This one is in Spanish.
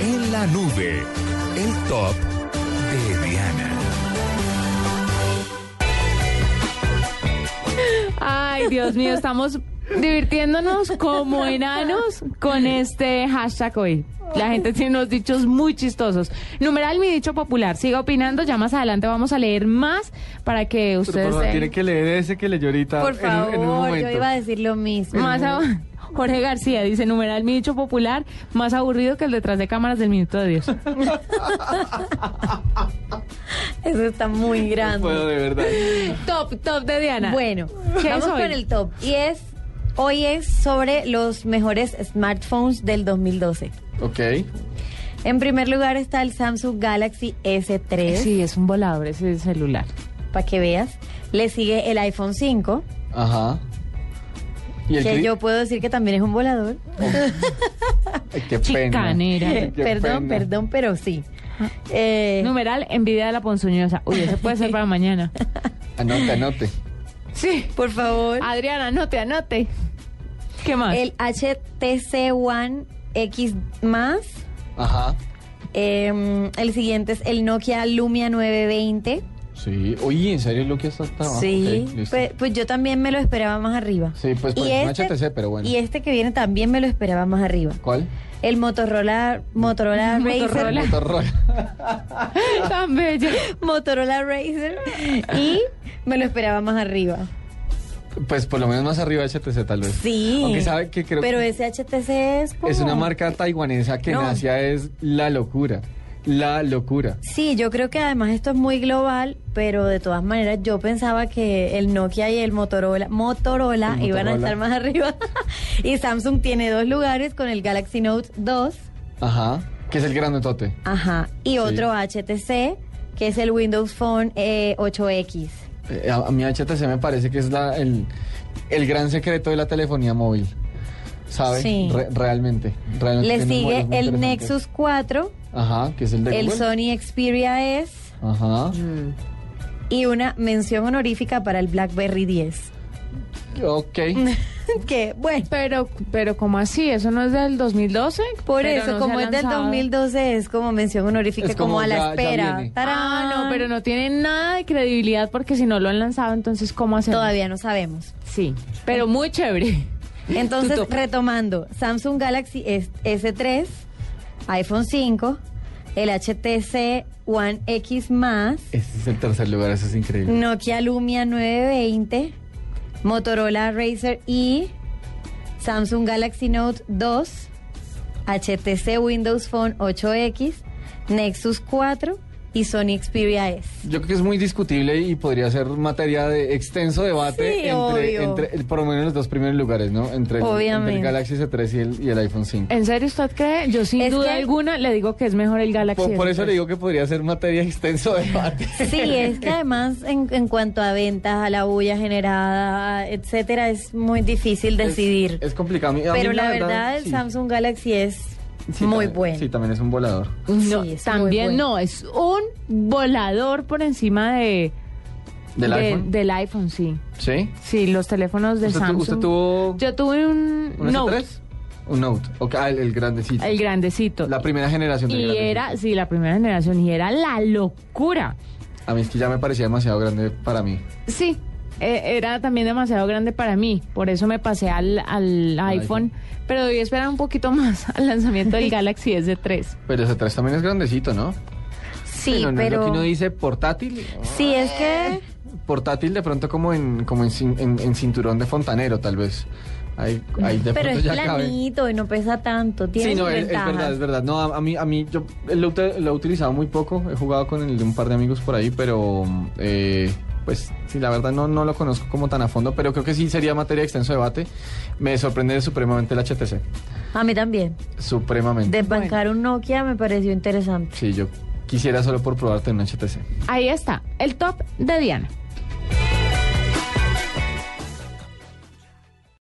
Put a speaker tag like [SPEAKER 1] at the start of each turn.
[SPEAKER 1] En la nube, el top de Diana.
[SPEAKER 2] Ay, Dios mío, estamos divirtiéndonos como enanos con este hashtag hoy. La gente tiene unos dichos muy chistosos. Numeral mi dicho popular. Siga opinando, ya más adelante vamos a leer más para que
[SPEAKER 3] Pero,
[SPEAKER 2] ustedes
[SPEAKER 3] por favor,
[SPEAKER 2] se-
[SPEAKER 3] tiene que leer ese que leyó ahorita
[SPEAKER 4] eh, Por
[SPEAKER 3] en un-
[SPEAKER 4] favor,
[SPEAKER 3] en, un momento.
[SPEAKER 4] yo iba a decir lo mismo.
[SPEAKER 2] más a- Jorge García dice, numeral mi dicho popular, más aburrido que el detrás de cámaras del Minuto de Dios.
[SPEAKER 4] Eso está muy
[SPEAKER 3] No
[SPEAKER 4] grande.
[SPEAKER 3] puedo, de verdad.
[SPEAKER 2] top, top de Diana.
[SPEAKER 4] Bueno,
[SPEAKER 2] ¿Qué Eh,
[SPEAKER 4] vamos
[SPEAKER 2] es hoy?
[SPEAKER 4] con el top. Y es, hoy es sobre los mejores smartphones del 2012.
[SPEAKER 3] Ok.
[SPEAKER 4] En primer lugar está el Samsung Galaxy S3,
[SPEAKER 2] Sí, es un volador ese celular.
[SPEAKER 4] para que veas. Le sigue el iPhone 5,
[SPEAKER 3] Ajá. ¿Y el
[SPEAKER 4] que
[SPEAKER 3] cri-
[SPEAKER 4] yo puedo decir que también es un volador.
[SPEAKER 3] Ay, qué pena.
[SPEAKER 2] Chicanera.
[SPEAKER 3] Qué pena.
[SPEAKER 4] perdón, perdón, pero sí.
[SPEAKER 2] Ah.
[SPEAKER 4] Eh,
[SPEAKER 2] Numeral, envidia de la ponzoñosa. Uy, ese puede ser para mañana.
[SPEAKER 3] Anote, anote.
[SPEAKER 2] Sí.
[SPEAKER 4] por favor.
[SPEAKER 2] Adriana, anote, anote. ¿Qué más?
[SPEAKER 4] El HTC One X más.
[SPEAKER 3] Ajá.
[SPEAKER 4] Eh, el siguiente es el Nokia Lumia 920.
[SPEAKER 3] Sí. Oye, ¿en serio lo que está hasta abajo? Ah,
[SPEAKER 4] sí,
[SPEAKER 3] Ok, listo.
[SPEAKER 4] pues, pues yo también me lo esperaba más arriba.
[SPEAKER 3] Sí, pues por
[SPEAKER 4] Y
[SPEAKER 3] encima
[SPEAKER 4] este-
[SPEAKER 3] HTC, pero bueno.
[SPEAKER 4] Y este que viene también me lo esperaba más arriba.
[SPEAKER 3] ¿Cuál?
[SPEAKER 4] El Motorola, Motorola
[SPEAKER 2] Motorola.
[SPEAKER 4] Razer.
[SPEAKER 3] Motorola.
[SPEAKER 2] Tan bella.
[SPEAKER 4] Motorola Razer. Y me lo esperaba más arriba.
[SPEAKER 3] Pues por lo menos más arriba HTC tal vez.
[SPEAKER 4] Sí.
[SPEAKER 3] Aunque sabe que creo
[SPEAKER 4] Pero
[SPEAKER 3] que
[SPEAKER 4] ese HTC es como...
[SPEAKER 3] es una marca taiwanesa que
[SPEAKER 4] No.
[SPEAKER 3] en Asia es la locura. La locura.
[SPEAKER 4] Sí, yo creo que además esto es muy global, pero de todas maneras yo pensaba que el Nokia y el Motorola, Motorola,
[SPEAKER 3] El
[SPEAKER 4] iban a
[SPEAKER 3] Motorola.
[SPEAKER 4] estar más arriba. y Samsung tiene dos lugares con el Galaxy Note 2,
[SPEAKER 3] Ajá. Que es el grandotote.
[SPEAKER 4] ajá, y otro HTC, que es el Windows Phone eh, 8X.
[SPEAKER 3] Eh, a, a mí HTC me parece que es la, el, el gran secreto de la telefonía móvil. ¿Sabe?
[SPEAKER 4] Sí.
[SPEAKER 3] Re- realmente, realmente
[SPEAKER 4] Le
[SPEAKER 3] tiene
[SPEAKER 4] sigue
[SPEAKER 3] modelos Este muy
[SPEAKER 4] el
[SPEAKER 3] interesantes.
[SPEAKER 4] Nexus 4,
[SPEAKER 3] Ajá, que es el de
[SPEAKER 4] el Mm.
[SPEAKER 3] Google.
[SPEAKER 4] Sony Xperia S
[SPEAKER 3] Ajá.
[SPEAKER 4] y una mención honorífica para el BlackBerry 10.
[SPEAKER 3] Ok.
[SPEAKER 4] que bueno,
[SPEAKER 2] Pero, pero ¿cómo así? ¿Eso no es del 2012?
[SPEAKER 4] Por
[SPEAKER 2] Pero
[SPEAKER 4] eso,
[SPEAKER 2] no se
[SPEAKER 4] como
[SPEAKER 2] ha
[SPEAKER 4] es del
[SPEAKER 2] lanzado.
[SPEAKER 4] 2012, es como mención honorífica,
[SPEAKER 3] Es
[SPEAKER 4] como,
[SPEAKER 3] como
[SPEAKER 4] a la
[SPEAKER 3] ya- ya
[SPEAKER 4] espera.
[SPEAKER 3] viene.
[SPEAKER 4] Tarán.
[SPEAKER 2] Ah, no, pero no tiene nada de credibilidad porque si no lo han lanzado, entonces ¿cómo hacemos?
[SPEAKER 4] Todavía no sabemos.
[SPEAKER 2] Sí, pero muy chévere.
[SPEAKER 4] Entonces,
[SPEAKER 2] Tuto.
[SPEAKER 4] retomando, Samsung Galaxy S- S3, iPhone 5, el HTC One X+,
[SPEAKER 3] Ese es el tercer lugar, eso es increíble.
[SPEAKER 4] Nokia Lumia 920, Motorola Razer y Samsung Galaxy Note 2, HTC Windows Phone 8X, Nexus 4 y Sony Xperia S.
[SPEAKER 3] Yo creo que es muy discutible y podría ser materia de extenso debate
[SPEAKER 4] Sí, obvio.
[SPEAKER 3] entre, entre el- por lo menos los dos primeros lugares, ¿no? Entre, el- entre
[SPEAKER 4] Obviamente.
[SPEAKER 3] el Galaxy S3 y el, y el iPhone 5.
[SPEAKER 2] ¿En serio usted cree? Yo sin
[SPEAKER 4] Es
[SPEAKER 2] duda
[SPEAKER 4] que-
[SPEAKER 2] alguna le digo que es mejor el Galaxy.
[SPEAKER 3] Por, por eso
[SPEAKER 2] S3.
[SPEAKER 3] le digo que podría ser materia de extenso debate.
[SPEAKER 4] Sí, es que además en, en cuanto a ventas, a la bulla generada, etcétera, es muy difícil decidir.
[SPEAKER 3] Es, es complicado. A mí- a mí
[SPEAKER 4] Pero la verdad, el
[SPEAKER 3] sí.
[SPEAKER 4] Samsung Galaxy es
[SPEAKER 3] Sí,
[SPEAKER 4] muy
[SPEAKER 3] también-
[SPEAKER 4] bueno.
[SPEAKER 3] Sí, también es un volador.
[SPEAKER 2] No,
[SPEAKER 4] Sí, es muy
[SPEAKER 2] también
[SPEAKER 4] bueno.
[SPEAKER 2] no, es un volador por encima de,
[SPEAKER 3] ¿Del
[SPEAKER 2] de-
[SPEAKER 3] iPhone?
[SPEAKER 2] del iPhone, sí.
[SPEAKER 3] ¿Sí?
[SPEAKER 2] Sí, los teléfonos de
[SPEAKER 3] ¿Usted, tu-
[SPEAKER 2] Samsung.
[SPEAKER 3] usted tuvo
[SPEAKER 2] Yo tuve un,
[SPEAKER 3] un
[SPEAKER 2] Note,
[SPEAKER 3] S3? Un Note. Ok, ah, el, el grandecito.
[SPEAKER 2] el grandecito.
[SPEAKER 3] La primera generación del
[SPEAKER 2] y
[SPEAKER 3] grandecito.
[SPEAKER 2] era, sí, la primera generación, y era la locura.
[SPEAKER 3] A mí es que ya me parecía demasiado grande para mí.
[SPEAKER 2] Sí, eh, era también demasiado grande para mí, por eso me pasé al, al iPhone,
[SPEAKER 3] iPhone.
[SPEAKER 2] pero debí esperar un poquito más al lanzamiento del Galaxy S3.
[SPEAKER 3] Pero ese 3 también es grandecito, ¿no?
[SPEAKER 4] sí,
[SPEAKER 3] no, no es
[SPEAKER 4] pero
[SPEAKER 3] lo que uno dice portátil.
[SPEAKER 4] sí es que
[SPEAKER 3] Portátil de pronto como en, como en, cin- en- en cinturón de fontanero, tal vez. Ahí, ahí de
[SPEAKER 4] pero
[SPEAKER 3] pronto
[SPEAKER 4] es
[SPEAKER 3] ya cabe.
[SPEAKER 4] planito y no pesa tanto, tiene
[SPEAKER 3] Sí, no,
[SPEAKER 4] sus
[SPEAKER 3] es, es
[SPEAKER 4] ventajas.
[SPEAKER 3] verdad, es verdad. No, a, a mí, a mí, yo lo, he ut- lo he utilizado muy poco. He jugado con el de un par de amigos por ahí, pero eh, pues sí, la verdad no, no lo conozco como tan a fondo, pero creo que sí sería materia de extenso debate. Me sorprende supremamente el HTC.
[SPEAKER 4] A mí también.
[SPEAKER 3] Supremamente.
[SPEAKER 4] Desbancar un Nokia me pareció interesante.
[SPEAKER 3] Sí, yo quisiera solo por probarte un HTC.
[SPEAKER 2] Ahí está, el top de Diana.